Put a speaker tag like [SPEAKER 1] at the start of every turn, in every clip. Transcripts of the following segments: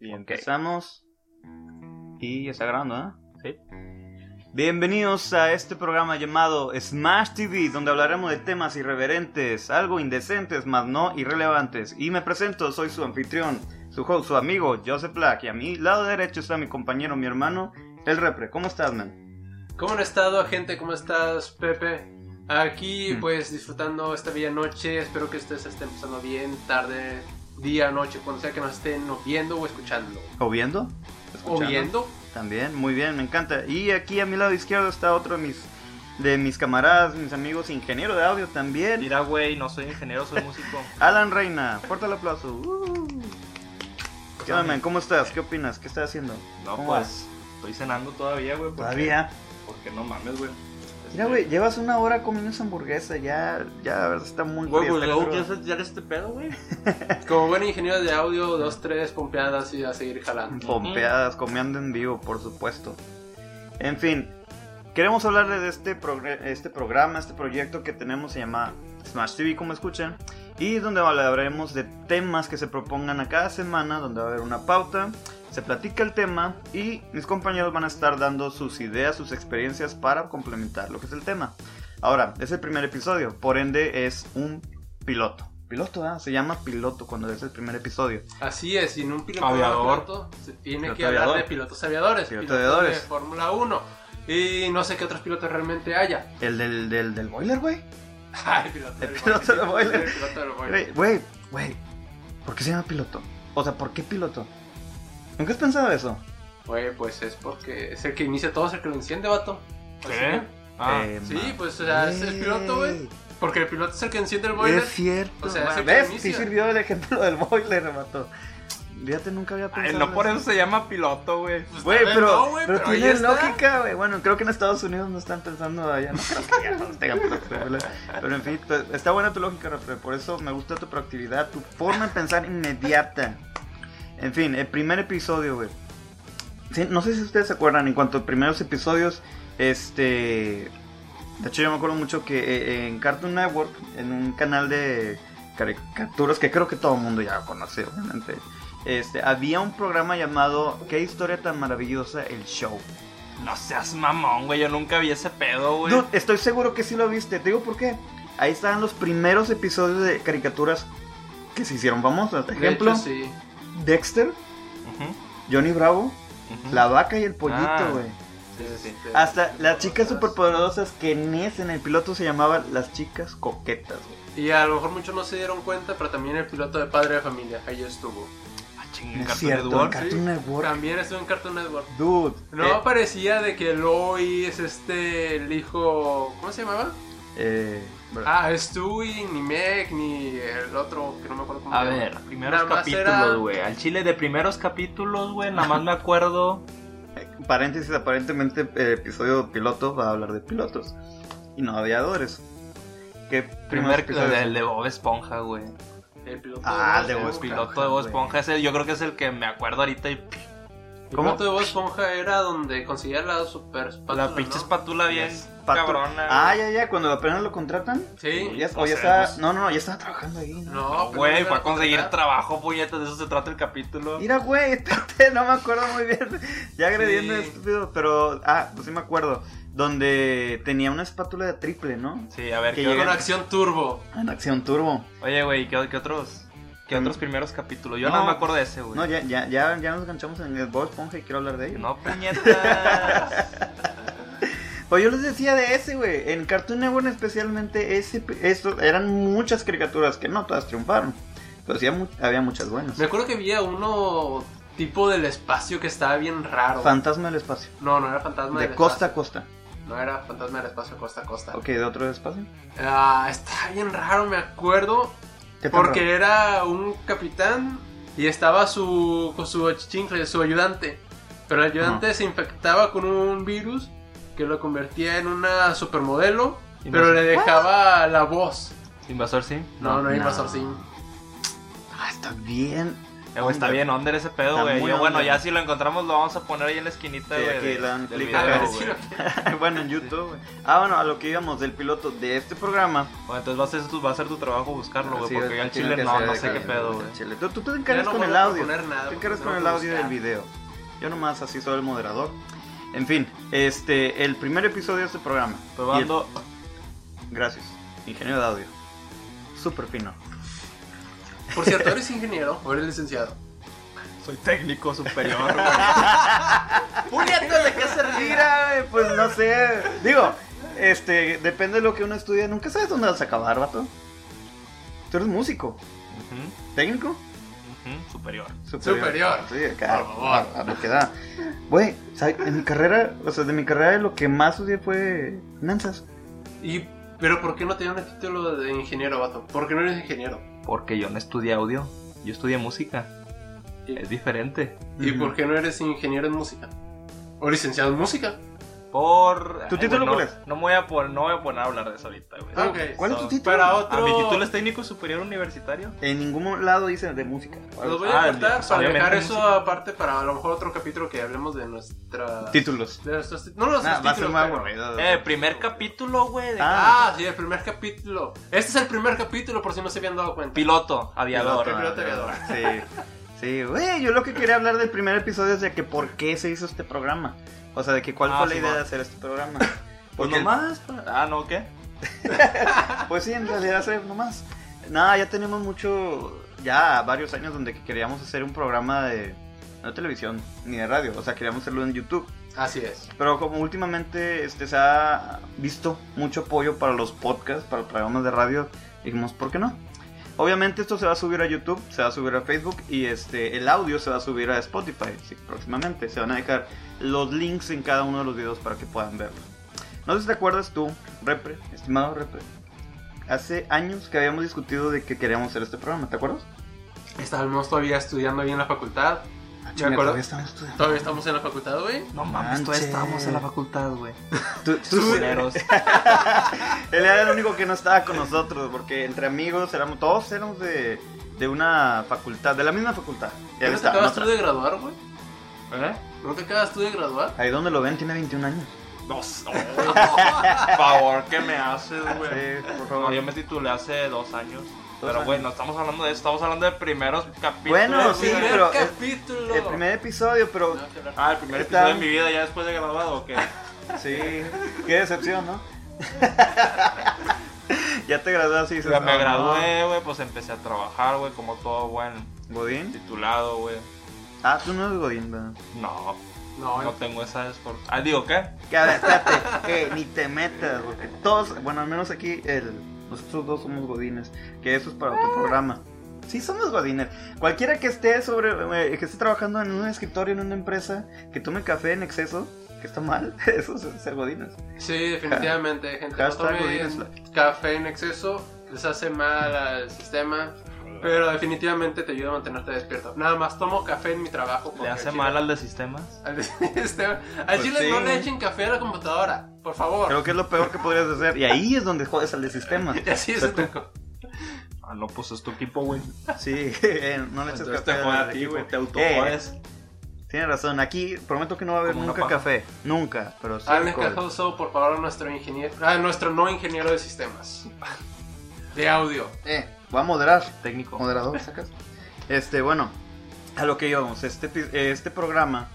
[SPEAKER 1] Y
[SPEAKER 2] Ok.
[SPEAKER 1] empezamos. Y ya está grabando, ¿eh? Sí. Bienvenidos a este programa llamado Smash TV, donde hablaremos de temas irreverentes, algo indecentes, mas no irrelevantes. Y me presento, soy su anfitrión, su host, su amigo, Joseph Black. Y a mi lado derecho está mi compañero, mi hermano, el repre. ¿Cómo estás, man?
[SPEAKER 3] ¿Cómo han estado, gente? ¿Cómo estás, Pepe? Aquí,
[SPEAKER 1] Hmm.
[SPEAKER 3] pues, disfrutando esta bella noche. Espero que ustedes estén pasando bien, tarde, día, noche, cuando sea que nos estén o viendo o escuchando.
[SPEAKER 1] ¿O viendo? ¿Escuchando?
[SPEAKER 3] O viendo.
[SPEAKER 1] También, muy bien, me encanta. Y aquí a mi lado izquierdo está otro de mis, de mis camaradas, mis amigos, ingeniero de audio también.
[SPEAKER 2] Mira, "Ah, güey, no soy ingeniero, soy músico.
[SPEAKER 1] Alan Reina, fuerte el aplauso. Uh. ¿Qué onda, man? ¿Cómo estás? ¿Qué opinas? ¿Qué estás haciendo?
[SPEAKER 2] No,
[SPEAKER 1] ¿Cómo vas?
[SPEAKER 2] pues, estoy cenando todavía, güey. porque-
[SPEAKER 1] Todavía.
[SPEAKER 2] Porque no mames, güey. Este,
[SPEAKER 1] Mira, güey, llevas una hora comiendo esa hamburguesa. Ya, ya, la verdad, está muy
[SPEAKER 2] Güey,
[SPEAKER 1] fría,
[SPEAKER 2] pues
[SPEAKER 1] está
[SPEAKER 2] luego
[SPEAKER 1] cruda.
[SPEAKER 2] quieres tirar este pedo, güey.
[SPEAKER 3] Como buen ingeniero de audio, dos, tres pompeadas y a seguir jalando.
[SPEAKER 1] Pompeadas, comiendo en vivo, por supuesto. En fin, queremos hablarles de este, progre- este programa, este proyecto que tenemos, se llama Smash TV, como escuchan, y donde hablaremos de temas que se propongan a cada semana, donde va a haber una pauta, se platica el tema y mis compañeros van a estar dando sus ideas, sus experiencias para complementar lo que es el tema. Ahora, es el primer episodio, por ende es un piloto. Piloto, ah, se llama piloto cuando es el primer episodio.
[SPEAKER 3] Así es, y en un piloto
[SPEAKER 2] Aviador.
[SPEAKER 3] piloto se tiene
[SPEAKER 1] Piloto
[SPEAKER 3] que hablar
[SPEAKER 1] aviador.
[SPEAKER 3] de pilotos aviadores,
[SPEAKER 1] Piloto
[SPEAKER 3] pilotos
[SPEAKER 1] aviadores.
[SPEAKER 3] de Fórmula 1. Y no sé qué otros pilotos realmente haya.
[SPEAKER 1] El del, del, del boiler, güey.
[SPEAKER 3] Ay, piloto
[SPEAKER 1] El
[SPEAKER 3] del
[SPEAKER 1] piloto del boiler.
[SPEAKER 3] El piloto del boiler.
[SPEAKER 1] Güey, Güey, güey, ¿por qué se llama piloto? O sea, ¿por qué piloto? ¿Nunca has pensado eso?
[SPEAKER 3] Güey, pues es porque es el que inicia todo, es el que lo enciende, vato. Así
[SPEAKER 2] ¿Qué? Ah,
[SPEAKER 1] Eh,
[SPEAKER 3] Sí,
[SPEAKER 1] ma-
[SPEAKER 3] pues o sea, es el piloto, güey. Porque el piloto es el que enciende el boiler.
[SPEAKER 1] Es cierto.
[SPEAKER 3] O sea,
[SPEAKER 1] ma-
[SPEAKER 3] es el que
[SPEAKER 1] ¿Ves? Sí
[SPEAKER 3] inicia.
[SPEAKER 1] sirvió el ejemplo del boiler, mato. Fíjate, nunca había
[SPEAKER 2] Ay,
[SPEAKER 1] pensado.
[SPEAKER 2] no por
[SPEAKER 1] en
[SPEAKER 2] eso se llama piloto, güey.
[SPEAKER 3] Pues,
[SPEAKER 1] Güey,
[SPEAKER 3] tal vez
[SPEAKER 1] pero,
[SPEAKER 3] no, güey,
[SPEAKER 1] pero,
[SPEAKER 3] pero ahí
[SPEAKER 1] tiene
[SPEAKER 3] está.
[SPEAKER 1] lógica, güey. Bueno, creo que en Estados Unidos no están pensando allá. No creo que ya no tengan pilotos de boiler. Pero en fin, pues, está buena tu lógica, Rafael. Por eso me gusta tu proactividad, tu forma de pensar inmediata. En fin, el primer episodio, güey. Sí, no sé si ustedes se acuerdan, en cuanto a primeros episodios, este... De hecho, yo me acuerdo mucho que eh, en Cartoon Network, en un canal de caricaturas que creo que todo el mundo ya conoce, obviamente, este, había un programa llamado ¿Qué historia tan maravillosa? El show.
[SPEAKER 2] No seas mamón, güey. Yo nunca vi ese pedo, güey.
[SPEAKER 1] Dude, estoy seguro que sí lo viste. Te digo por qué. Ahí estaban los primeros episodios de caricaturas que se hicieron famosas.
[SPEAKER 3] De
[SPEAKER 1] Ejemplo,
[SPEAKER 3] hecho, sí.
[SPEAKER 1] Dexter,
[SPEAKER 2] Ujú,
[SPEAKER 1] Johnny Bravo,
[SPEAKER 2] ujú.
[SPEAKER 1] La Vaca y el
[SPEAKER 2] Ah.
[SPEAKER 1] Pollito, güey.
[SPEAKER 2] Sí, sí, sí.
[SPEAKER 3] Este,
[SPEAKER 1] Hasta las chicas
[SPEAKER 3] otras.
[SPEAKER 1] superpoderosas que en ese- en el piloto se llamaban las chicas coquetas, güey.
[SPEAKER 3] Y a lo mejor muchos no se dieron cuenta, pero también el piloto de Padre de Familia, ahí estuvo.
[SPEAKER 2] Ah,
[SPEAKER 1] No
[SPEAKER 2] chinga,
[SPEAKER 1] es
[SPEAKER 2] Cartoon
[SPEAKER 1] cierto,
[SPEAKER 2] Network.
[SPEAKER 1] en Cartoon Network.
[SPEAKER 3] También estuvo en Cartoon Network.
[SPEAKER 1] Dude.
[SPEAKER 3] No
[SPEAKER 1] eh,
[SPEAKER 3] parecía de que Lois, este, el hijo, ¿cómo se llamaba?
[SPEAKER 1] eh,
[SPEAKER 3] Ah, Stewie, ni Meg, ni el otro, que no me acuerdo cómo
[SPEAKER 2] A
[SPEAKER 3] se llama.
[SPEAKER 2] ver, primeros
[SPEAKER 3] Nada más era-
[SPEAKER 2] capítulos, güey. Al chile de primeros capítulos, güey. Nada más me acuerdo.
[SPEAKER 1] Paréntesis, aparentemente el episodio piloto va a hablar de pilotos y no aviadores. ¿Qué primer
[SPEAKER 2] Primer,
[SPEAKER 1] episodio?
[SPEAKER 2] el de Bob Esponja, güey.
[SPEAKER 3] El piloto
[SPEAKER 1] Ah,
[SPEAKER 3] de
[SPEAKER 1] de
[SPEAKER 3] Bob
[SPEAKER 1] Bob
[SPEAKER 2] El
[SPEAKER 3] Esponja.
[SPEAKER 2] piloto de Bob Esponja. Ese yo creo que es el que me acuerdo ahorita y
[SPEAKER 3] El
[SPEAKER 1] ¿Cómo?
[SPEAKER 3] piloto de Bob Esponja era donde conseguía la super espátula,
[SPEAKER 2] la pinche
[SPEAKER 3] ¿no?
[SPEAKER 2] espátula bien
[SPEAKER 1] Yes. Pato-
[SPEAKER 2] cabrona.
[SPEAKER 1] Ah, ya, ya, cuando apenas lo contratan.
[SPEAKER 3] Sí.
[SPEAKER 1] Ya,
[SPEAKER 2] no
[SPEAKER 1] o ya
[SPEAKER 2] sabemos.
[SPEAKER 1] está. No, no, no, ya estaba trabajando ahí. ¿no?
[SPEAKER 3] No, pero
[SPEAKER 2] Güey,
[SPEAKER 3] era
[SPEAKER 2] fue a conseguir
[SPEAKER 3] verdad.
[SPEAKER 2] trabajo, puñetas, de eso se trata el capítulo.
[SPEAKER 1] Mira, güey, espérate, no me acuerdo muy bien. Ya agrediendo
[SPEAKER 2] Sí.
[SPEAKER 1] estúpido, pero. Ah, pues sí me acuerdo. Donde tenía una espátula de triple, ¿no?
[SPEAKER 2] Sí, a ver,
[SPEAKER 1] Que
[SPEAKER 2] ¿qué
[SPEAKER 1] llegó
[SPEAKER 3] Con
[SPEAKER 2] otro-
[SPEAKER 3] acción turbo.
[SPEAKER 1] En acción turbo.
[SPEAKER 2] Oye, güey, ¿qué, qué otros? ¿Qué
[SPEAKER 1] Mm.
[SPEAKER 2] otros primeros capítulos? Yo
[SPEAKER 1] No.
[SPEAKER 2] no, me acuerdo de ese, güey.
[SPEAKER 1] No, ya, ya, ya, ya nos enganchamos en el Bob Esponja y quiero hablar de ello.
[SPEAKER 2] No, puñetas.
[SPEAKER 1] Pues yo les decía de ese, güey. En Cartoon Network especialmente, ese, eso, eran muchas caricaturas que no todas triunfaron. Pero sí había mu- había muchas buenas.
[SPEAKER 3] Me acuerdo que había uno tipo del espacio que estaba bien raro.
[SPEAKER 1] Fantasma del espacio.
[SPEAKER 3] no, no era fantasma
[SPEAKER 1] De
[SPEAKER 3] del
[SPEAKER 1] costa a
[SPEAKER 3] espacio.
[SPEAKER 1] costa.
[SPEAKER 3] No era fantasma del espacio, costa a costa.
[SPEAKER 1] Ok, de otro espacio.
[SPEAKER 3] Ah, estaba bien raro, me acuerdo.
[SPEAKER 1] ¿Qué tan
[SPEAKER 3] Porque
[SPEAKER 1] raro?
[SPEAKER 3] era un capitán y estaba su, con su chincle, su ayudante. Pero el ayudante se infectaba con un virus que lo convertía en una supermodelo,
[SPEAKER 2] Y
[SPEAKER 3] pero
[SPEAKER 2] no-
[SPEAKER 3] le dejaba la voz.
[SPEAKER 2] Invasor, sí.
[SPEAKER 3] No, no,
[SPEAKER 1] No.
[SPEAKER 3] hay invasor sim.
[SPEAKER 1] Ah, está bien.
[SPEAKER 2] Eh, güey, está
[SPEAKER 1] Under.
[SPEAKER 2] bien under ese pedo,
[SPEAKER 1] Está
[SPEAKER 2] güey.
[SPEAKER 1] muy
[SPEAKER 2] Yo, bueno,
[SPEAKER 1] under.
[SPEAKER 2] ya si lo encontramos lo vamos a poner ahí en la esquinita,
[SPEAKER 1] Sí,
[SPEAKER 2] güey.
[SPEAKER 1] aquí
[SPEAKER 2] de-
[SPEAKER 1] le dan
[SPEAKER 2] del
[SPEAKER 1] clic
[SPEAKER 2] video,
[SPEAKER 1] acá,
[SPEAKER 3] Ah,
[SPEAKER 2] güey.
[SPEAKER 1] sí.
[SPEAKER 2] Bueno,
[SPEAKER 1] bueno, en YouTube, güey. Ah, bueno, a lo que íbamos del piloto de este programa.
[SPEAKER 2] entonces va a ser tu, va a ser tu trabajo buscarlo, güey,
[SPEAKER 1] Sí,
[SPEAKER 2] porque yo al
[SPEAKER 1] tiene
[SPEAKER 2] chile
[SPEAKER 1] que
[SPEAKER 2] no,
[SPEAKER 1] ser
[SPEAKER 2] no
[SPEAKER 1] de
[SPEAKER 2] sé qué
[SPEAKER 1] que-
[SPEAKER 2] pedo, güey.
[SPEAKER 1] del chile. Tú, tú te encargas
[SPEAKER 3] Yo no
[SPEAKER 1] con el
[SPEAKER 3] vuelvo a
[SPEAKER 1] audio.
[SPEAKER 3] poner nada,
[SPEAKER 1] te
[SPEAKER 3] porque
[SPEAKER 1] encargas
[SPEAKER 3] no
[SPEAKER 1] con el
[SPEAKER 3] puedo
[SPEAKER 1] audio del
[SPEAKER 3] buscar.
[SPEAKER 1] video. Yo nomás así soy el moderador. En fin, este, el primer episodio de este programa.
[SPEAKER 3] Pues
[SPEAKER 2] Probando.
[SPEAKER 1] Y el- gracias. Ingeniero de audio. Súper fino.
[SPEAKER 3] Por cierto, ¿eres ingeniero o eres licenciado?
[SPEAKER 2] Soy técnico superior, güey.
[SPEAKER 3] ¡Puñétale que se
[SPEAKER 1] Mira, güey, pues no sé. Digo, este, depende de lo que uno estudia. Nunca sabes dónde vas a acabar, vato. Tú eres músico,
[SPEAKER 2] Ujú,
[SPEAKER 1] técnico,
[SPEAKER 2] ujú, superior.
[SPEAKER 3] Superior.
[SPEAKER 1] Sí, acá,
[SPEAKER 3] Por favor.
[SPEAKER 1] A, a lo que da. Güey, ¿sabes? en mi carrera, o sea, de mi carrera lo que más estudié fue finanzas.
[SPEAKER 3] ¿Y pero por qué no tenía un título de ingeniero, vato? ¿Por qué no eres ingeniero?
[SPEAKER 2] Porque yo no estudié audio, yo estudié música.
[SPEAKER 3] Sí.
[SPEAKER 2] Es diferente.
[SPEAKER 3] ¿Y
[SPEAKER 1] Ujú.
[SPEAKER 3] por qué no eres ingeniero en música? ¿O licenciado en música?
[SPEAKER 2] Por.
[SPEAKER 1] ¿Tu
[SPEAKER 2] Ay,
[SPEAKER 1] título
[SPEAKER 2] güey,
[SPEAKER 1] cuál
[SPEAKER 2] no,
[SPEAKER 1] es?
[SPEAKER 2] no me voy a poner, no voy a poner a hablar de eso ahorita, güey.
[SPEAKER 3] Ah, ok.
[SPEAKER 1] ¿Cuál es tu
[SPEAKER 2] So,
[SPEAKER 1] título?
[SPEAKER 3] Para
[SPEAKER 2] Ah,
[SPEAKER 3] otro...
[SPEAKER 2] mi título es técnico superior universitario.
[SPEAKER 1] En ningún lado dicen de música.
[SPEAKER 3] Los voy
[SPEAKER 2] Ah,
[SPEAKER 3] a
[SPEAKER 2] el
[SPEAKER 3] cortar
[SPEAKER 2] de-
[SPEAKER 3] para dejar
[SPEAKER 2] obviamente
[SPEAKER 3] eso
[SPEAKER 2] música.
[SPEAKER 3] aparte para a lo mejor otro capítulo que hablemos de nuestra...
[SPEAKER 1] Títulos.
[SPEAKER 3] de nuestros tit- No, no,
[SPEAKER 1] Nah,
[SPEAKER 3] nuestros
[SPEAKER 1] va a ser
[SPEAKER 3] títulos,
[SPEAKER 1] más
[SPEAKER 3] pero-
[SPEAKER 1] aburrido.
[SPEAKER 2] Eh, primer capítulo, güey. de-
[SPEAKER 1] Ah.
[SPEAKER 3] Ah, sí, el primer capítulo. Este es el primer capítulo, por si no se habían dado cuenta.
[SPEAKER 2] Piloto, aviador.
[SPEAKER 3] Piloto. Primero te aviador.
[SPEAKER 1] Sí. Sí, güey, yo lo que quería hablar del primer episodio es de que por qué se hizo este programa. O sea, de que cuál
[SPEAKER 2] Ah,
[SPEAKER 1] fue la
[SPEAKER 2] sí,
[SPEAKER 1] idea
[SPEAKER 2] va.
[SPEAKER 1] de hacer este programa.
[SPEAKER 2] Pues
[SPEAKER 1] Porque-
[SPEAKER 2] nomás. pa- Ah, no, ¿qué?
[SPEAKER 1] Pues sí, en realidad hacer nomás. Nada, ya tenemos mucho, ya varios años donde que queríamos hacer un programa de, no de televisión ni de radio, o sea, queríamos hacerlo en YouTube.
[SPEAKER 3] Así es.
[SPEAKER 1] Pero como últimamente este, se ha visto mucho apoyo para los podcasts, para los programas de radio, dijimos, ¿por qué no? Obviamente esto se va a subir a YouTube, se va a subir a Facebook y este el audio se va a subir a Spotify sí, próximamente. Se van a dejar los links en cada uno de los videos para que puedan verlo. No sé si te acuerdas tú, Repre, estimado Repre, hace años que habíamos discutido de que queríamos hacer este programa, ¿te acuerdas?
[SPEAKER 3] Estábamos todavía estudiando bien en la facultad.
[SPEAKER 1] Chinga,
[SPEAKER 3] acuerdo.
[SPEAKER 1] todavía estamos estudiando.
[SPEAKER 3] Todavía estamos en la facultad, güey.
[SPEAKER 2] No mames, todavía
[SPEAKER 1] Manches.
[SPEAKER 2] estábamos en la facultad, güey.
[SPEAKER 1] Tú- tú-
[SPEAKER 2] Culeros.
[SPEAKER 1] Él era el único que no estaba con nosotros, porque entre amigos éramos, todos éramos de, de una facultad, de la misma facultad. Y él
[SPEAKER 3] ¿No te
[SPEAKER 1] estaba en
[SPEAKER 3] acabas
[SPEAKER 1] otra.
[SPEAKER 3] tú de graduar, güey?
[SPEAKER 2] ¿Eh?
[SPEAKER 3] ¿No te acabas tú de graduar?
[SPEAKER 1] Ahí donde lo ven tiene 21 años.
[SPEAKER 2] Dos. Oh, por favor, ¿qué me haces, güey?
[SPEAKER 1] Sí, por
[SPEAKER 2] No,
[SPEAKER 1] favor.
[SPEAKER 2] yo me titulé hace dos años. pero,
[SPEAKER 1] años.
[SPEAKER 2] güey, no estamos hablando de eso, estamos hablando de primeros capítulos.
[SPEAKER 1] Bueno, No, sí,
[SPEAKER 2] güey.
[SPEAKER 3] primer
[SPEAKER 1] pero el-
[SPEAKER 3] capítulo.
[SPEAKER 1] El primer episodio, pero
[SPEAKER 3] No, qué raro.
[SPEAKER 2] Ah, el primer
[SPEAKER 1] Está-
[SPEAKER 2] episodio de mi vida ya después de graduado, ¿o qué?
[SPEAKER 1] Ah, sí, qué decepción, ¿no? ya te graduaste y dices,
[SPEAKER 2] Ya me
[SPEAKER 1] "No,
[SPEAKER 2] gradué, güey, pues empecé a trabajar, güey, como todo buen
[SPEAKER 1] no". ¿Godín?
[SPEAKER 2] titulado, güey.
[SPEAKER 1] Ah, tú no eres Godín, ¿verdad?
[SPEAKER 2] No,
[SPEAKER 3] No,
[SPEAKER 2] no tengo esa desfortuna. Ah, digo, ¿qué?
[SPEAKER 1] Que a ver, espérate, que ni te metas, porque todos, bueno, al menos aquí, el, nosotros dos somos godines, que eso es para otro programa. Sí, somos godines. Cualquiera que esté sobre, eh, que esté trabajando en un escritorio, en una empresa, que tome café en exceso, que está mal, eso es ser godines.
[SPEAKER 3] Sí, definitivamente, gente. No
[SPEAKER 1] Hashtag
[SPEAKER 3] tomen
[SPEAKER 1] Godínez Life.
[SPEAKER 3] café en exceso, les hace mal al sistema. Pero definitivamente te ayuda a mantenerte despierto. Nada más tomo café en mi trabajo.
[SPEAKER 2] ¿Le
[SPEAKER 3] porque
[SPEAKER 2] hace
[SPEAKER 3] al chile-
[SPEAKER 2] mal al de sistemas?
[SPEAKER 3] Al sistema. Al
[SPEAKER 1] Pues
[SPEAKER 3] chile
[SPEAKER 1] sí.
[SPEAKER 3] no le echen café a la computadora, por favor.
[SPEAKER 1] Creo que es lo peor que podrías hacer, y ahí es donde jodes al de sistema.
[SPEAKER 3] Así es
[SPEAKER 1] O sea,
[SPEAKER 3] el
[SPEAKER 1] tú-
[SPEAKER 3] truco.
[SPEAKER 2] Ah, no, pues es tu equipo, güey.
[SPEAKER 1] Sí, eh, no le eches
[SPEAKER 2] Entonces
[SPEAKER 1] café
[SPEAKER 2] te jode
[SPEAKER 1] al
[SPEAKER 2] a ti,
[SPEAKER 1] equipo.
[SPEAKER 2] güey, te
[SPEAKER 1] Eh,
[SPEAKER 2] autojodes.
[SPEAKER 1] Tienes razón, aquí prometo que no va a haber
[SPEAKER 2] Como una
[SPEAKER 1] nunca
[SPEAKER 2] paja.
[SPEAKER 1] café, nunca, pero sí.
[SPEAKER 3] Hazle
[SPEAKER 1] alcohol.
[SPEAKER 3] cajoso, por favor, a nuestro ingeniero. A nuestro no ingeniero de sistemas. De audio.
[SPEAKER 1] Eh, voy a moderar.
[SPEAKER 2] Técnico.
[SPEAKER 1] moderador, sacas. Este, bueno, a lo que íbamos, este, pi- eh, este programa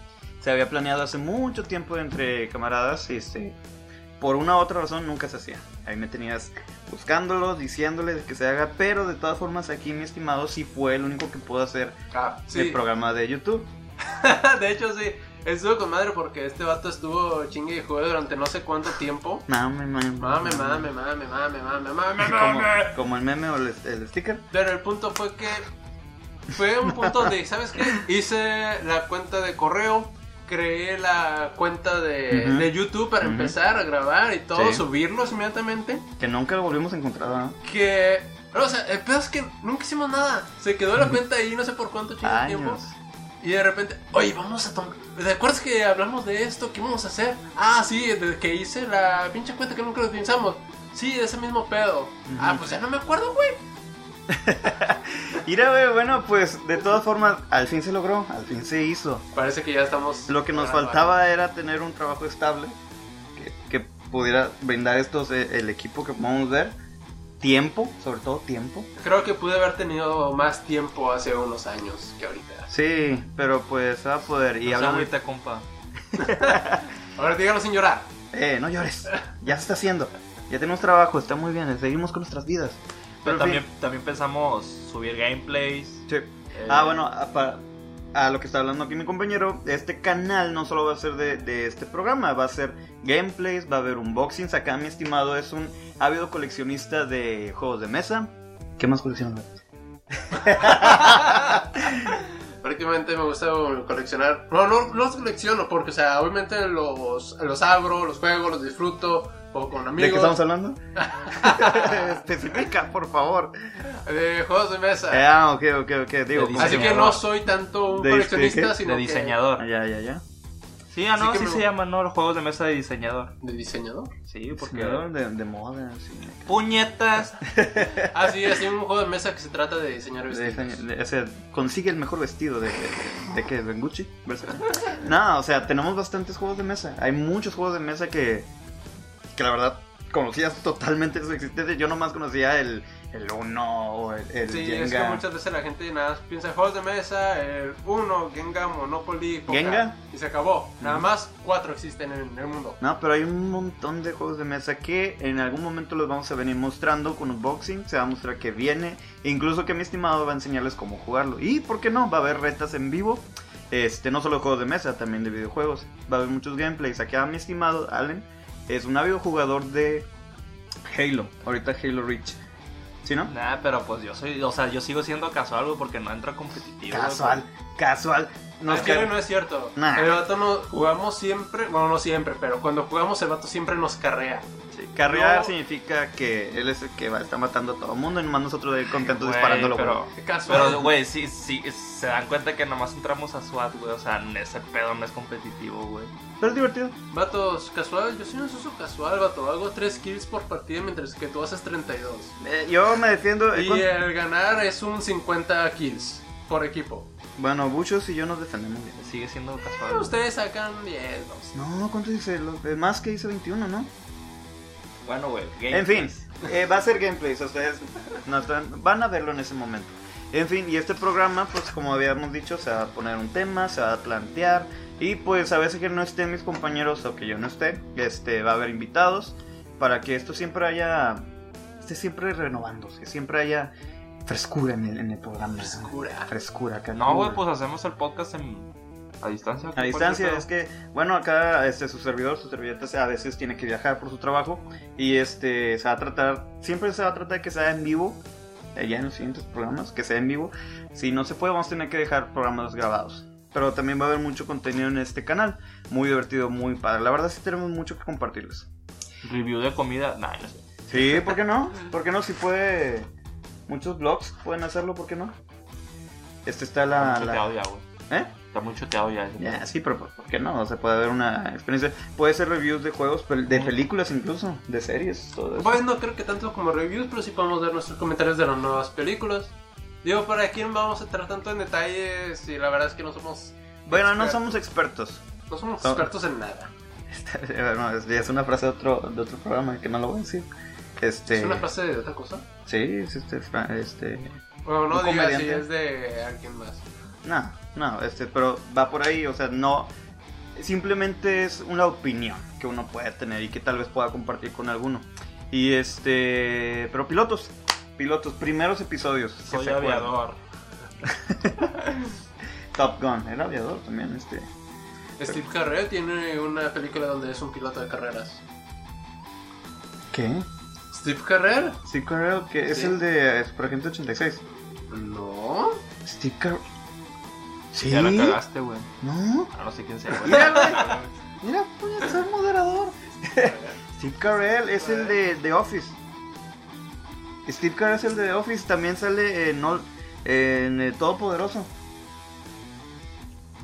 [SPEAKER 1] se había planeado hace mucho tiempo entre camaradas y este, por una u otra razón nunca se hacía. Ahí me tenías buscándolo, diciéndole que se haga, pero de todas formas aquí mi estimado sí fue el único que pudo hacer
[SPEAKER 3] Ah,
[SPEAKER 1] el
[SPEAKER 3] sí.
[SPEAKER 1] programa de YouTube.
[SPEAKER 3] de hecho, sí. Estuvo con madre porque este vato estuvo chingue y juego durante no sé cuánto tiempo.
[SPEAKER 1] Mame, mame,
[SPEAKER 3] Mame, mame, mame, mame, mame, mame,
[SPEAKER 1] Como,
[SPEAKER 3] mame.
[SPEAKER 1] como el meme o el, el sticker.
[SPEAKER 3] Pero el punto fue que fue un punto de, ¿sabes qué? Hice la cuenta de correo, creé la cuenta de,
[SPEAKER 1] Ujú.
[SPEAKER 3] de YouTube para
[SPEAKER 1] Ujú.
[SPEAKER 3] empezar a grabar y todo,
[SPEAKER 1] Sí.
[SPEAKER 3] subirlos inmediatamente.
[SPEAKER 1] Que nunca lo volvimos a encontrar, ¿no?
[SPEAKER 3] Que, o sea, el pedo es que nunca hicimos nada. Se quedó la cuenta ahí no sé por cuánto chingo de tiempo.
[SPEAKER 1] Años.
[SPEAKER 3] Y de repente, oye, vamos a tomar. ¿Te acuerdas que hablamos de esto? ¿Qué vamos a hacer? Ah, sí, desde que hice la pinche cuenta que nunca lo utilizamos. Sí, de ese mismo pedo. Ah,
[SPEAKER 1] Ujú.
[SPEAKER 3] pues ya no me acuerdo, güey.
[SPEAKER 1] Mira, güey, bueno, pues de todas formas, al fin se logró, al fin se hizo.
[SPEAKER 3] Parece que ya estamos.
[SPEAKER 1] Lo que nos
[SPEAKER 3] Ah,
[SPEAKER 1] faltaba era tener un trabajo estable que, que pudiera brindar estos, eh, el equipo que podamos ver, tiempo, sobre todo tiempo.
[SPEAKER 3] vale. Creo que pude haber tenido más tiempo hace unos años que ahorita.
[SPEAKER 1] Sí, pero pues se va a poder. Y
[SPEAKER 2] No se
[SPEAKER 1] hablando-
[SPEAKER 2] agüita, compa.
[SPEAKER 3] Ahora díganlo sin llorar.
[SPEAKER 1] Eh, no llores, ya se está haciendo. Ya tenemos trabajo, está muy bien, seguimos con nuestras vidas.
[SPEAKER 2] Pero
[SPEAKER 1] Pero en fin,
[SPEAKER 2] también, también pensamos subir gameplays.
[SPEAKER 1] sí.
[SPEAKER 2] eh,
[SPEAKER 1] Ah, bueno, a, pa- a lo que está hablando aquí mi compañero, este canal no solo va a ser de, de este programa, va a ser gameplays, va a haber unboxings. Acá mi estimado es un ávido coleccionista de juegos de mesa. ¿Qué más colecciona?
[SPEAKER 3] Prácticamente me gusta coleccionar. No, no, no los colecciono porque, o sea, obviamente los, los abro, los juego, los disfruto. O con amigos.
[SPEAKER 1] ¿De qué estamos hablando? Especifica, por favor.
[SPEAKER 3] De eh, juegos de mesa.
[SPEAKER 1] Ah, ok, ok, ok.
[SPEAKER 2] De
[SPEAKER 1] Digo, como-
[SPEAKER 3] Así que no soy tanto un
[SPEAKER 1] ¿De- de
[SPEAKER 3] coleccionista,
[SPEAKER 1] qué?
[SPEAKER 2] de
[SPEAKER 3] sino que-
[SPEAKER 1] Ah,
[SPEAKER 2] diseñador.
[SPEAKER 1] Ya, ya, ya.
[SPEAKER 2] Sí, ah, no,
[SPEAKER 3] Así que
[SPEAKER 2] así
[SPEAKER 3] me-
[SPEAKER 2] se llaman, ¿no? Los juegos de mesa de diseñador.
[SPEAKER 3] ¿De diseñador?
[SPEAKER 2] Sí, porque.
[SPEAKER 1] Diseñador De, de moda, sí.
[SPEAKER 2] ¡Puñetas!
[SPEAKER 3] Ah, sí, así un juego de mesa que se trata de diseñar
[SPEAKER 1] De-
[SPEAKER 3] vestidos.
[SPEAKER 1] de- o sea, consigue el mejor vestido de, de, de que Bengucci. no, o sea, tenemos bastantes juegos de mesa. Hay muchos juegos de mesa que, que la verdad conocías totalmente su existencia. Yo nomás conocía el, el Uno o el, el
[SPEAKER 3] Sí, es que
[SPEAKER 1] Jenga.
[SPEAKER 3] muchas veces la gente nada más piensa juegos de mesa, el uno, Genga, Monopoly, Poker,
[SPEAKER 1] ¿Genga?
[SPEAKER 3] y se acabó. Nada
[SPEAKER 1] Ujú.
[SPEAKER 3] más cuatro existen en, el mundo.
[SPEAKER 1] No, pero hay un montón de juegos de mesa que en algún momento los vamos a venir mostrando con unboxing. Se va a mostrar que viene. e incluso que mi estimado va a enseñarles cómo jugarlo. Y, ¿por qué no? Va a haber retas en vivo. Este, no solo de juegos de mesa, también de videojuegos. Va a haber muchos gameplays. Acá mi estimado Allen es un ávido jugador de Halo. Ahorita Halo Reach. ¿Sí, no?
[SPEAKER 2] Nah, pero pues yo soy. O sea, yo sigo siendo casual, güey, porque no entro a competitivo. güey.
[SPEAKER 1] Casual, casual. Nos
[SPEAKER 3] Al chile
[SPEAKER 1] ca-
[SPEAKER 3] no es cierto.
[SPEAKER 1] Nah.
[SPEAKER 3] El vato no jugamos siempre, bueno, no siempre, pero cuando jugamos el vato siempre nos carrea.
[SPEAKER 1] sí, carrear
[SPEAKER 3] no.
[SPEAKER 1] significa que él es el que va, está matando a todo el mundo. Y nomás nosotros ahí contentos
[SPEAKER 2] Güey,
[SPEAKER 1] disparándolo.
[SPEAKER 2] pero.
[SPEAKER 3] Qué casual.
[SPEAKER 2] Pero, güey, sí, sí, se dan cuenta que nomás entramos a SWAT, güey. O sea, ese pedo no es competitivo, güey.
[SPEAKER 1] pero es divertido.
[SPEAKER 3] Vatos, casual, yo soy un socio casual, vato. Hago 3 kills por partida mientras que tú haces 32.
[SPEAKER 1] Eh, yo me defiendo. eh,
[SPEAKER 3] Y
[SPEAKER 1] con-
[SPEAKER 3] el ganar es un 50 kills por equipo.
[SPEAKER 1] Bueno, Buchos y yo nos defendemos bien.
[SPEAKER 2] Sigue siendo casual.
[SPEAKER 3] Pero
[SPEAKER 2] güey.
[SPEAKER 3] Ustedes sacan 10, 12.
[SPEAKER 1] No, ¿cuánto dice? Lo- eh, Más que hice 21, ¿no?
[SPEAKER 2] Bueno, güey.
[SPEAKER 1] en fin, eh, va a ser gameplays. Ustedes no están- van a verlo en ese momento. En fin, y este programa, pues como habíamos dicho, se va a poner un tema, se va a plantear. Y pues a veces que no estén mis compañeros o que yo no esté, este, va a haber invitados. Para que esto siempre haya. esté siempre renovándose, siempre haya frescura en el, en el programa.
[SPEAKER 3] Frescura.
[SPEAKER 1] Frescura, acá.
[SPEAKER 2] No, güey, pues hacemos el podcast en... a distancia.
[SPEAKER 1] A distancia, es que, bueno, acá este, su servidor, su servilleta a veces tiene que viajar por su trabajo y este se va a tratar, siempre se va a tratar que sea en vivo, eh, ya en los siguientes programas, que sea en vivo. Si no se puede, vamos a tener que dejar programas grabados. Pero también va a haber mucho contenido en este canal, muy divertido, muy padre. La verdad sí tenemos mucho que compartirles.
[SPEAKER 2] Review de comida. Nah, no sé.
[SPEAKER 1] Sí, ¿por qué no? ¿Por qué no? Si puede, muchos blogs pueden hacerlo, ¿por qué no? Este está la...
[SPEAKER 2] Está muy
[SPEAKER 1] la-
[SPEAKER 2] choteado ya, güey.
[SPEAKER 1] ¿Eh?
[SPEAKER 2] Está muy choteado ya. ese
[SPEAKER 1] Ya, sí, pero pues, ¿por qué no? O sea, puede haber una experiencia. Puede ser reviews de juegos, pel- de películas incluso, de series, todo eso.
[SPEAKER 3] Pues no creo que tanto como reviews, pero sí podemos dar nuestros comentarios de las nuevas películas. Digo, ¿para quién vamos a entrar tanto en detalles? Y la verdad es que no somos,
[SPEAKER 1] bueno, no
[SPEAKER 3] expertos.
[SPEAKER 1] somos expertos.
[SPEAKER 3] no somos
[SPEAKER 1] No.
[SPEAKER 3] expertos en nada.
[SPEAKER 1] Esta- bueno, es, ya es una frase de otro, de otro programa que no lo voy a decir. Este,
[SPEAKER 3] ¿Es una frase de otra cosa?
[SPEAKER 1] sí, es este, fra- este,
[SPEAKER 3] Bueno, no
[SPEAKER 1] Un
[SPEAKER 3] digas si
[SPEAKER 1] comediante.
[SPEAKER 3] es de alguien más.
[SPEAKER 1] no, no, este, pero va por ahí, o sea, no, simplemente es una opinión que uno puede tener y que tal vez pueda compartir con alguno. Y este, pero pilotos, pilotos, primeros episodios. que
[SPEAKER 2] Soy
[SPEAKER 1] se acuerdan.
[SPEAKER 2] aviador.
[SPEAKER 1] Top Gun, era aviador también, este.
[SPEAKER 3] Steve Carell tiene una película donde es un piloto de carreras.
[SPEAKER 1] ¿Qué?
[SPEAKER 3] ¿Steve Carell?
[SPEAKER 1] Steve Carell, que es
[SPEAKER 3] Sí.
[SPEAKER 1] el de Super Agente 86.
[SPEAKER 3] No.
[SPEAKER 1] Steve Carell. Sí.
[SPEAKER 2] Ya la cagaste, güey.
[SPEAKER 1] No.
[SPEAKER 2] Ah, no sé quién sea, güey.
[SPEAKER 1] Mira, güey. Mira, puede ser moderador. Steve Carell es el de The Office. Steve Carell es el de The Office. También sale en, All- en eh, Todopoderoso.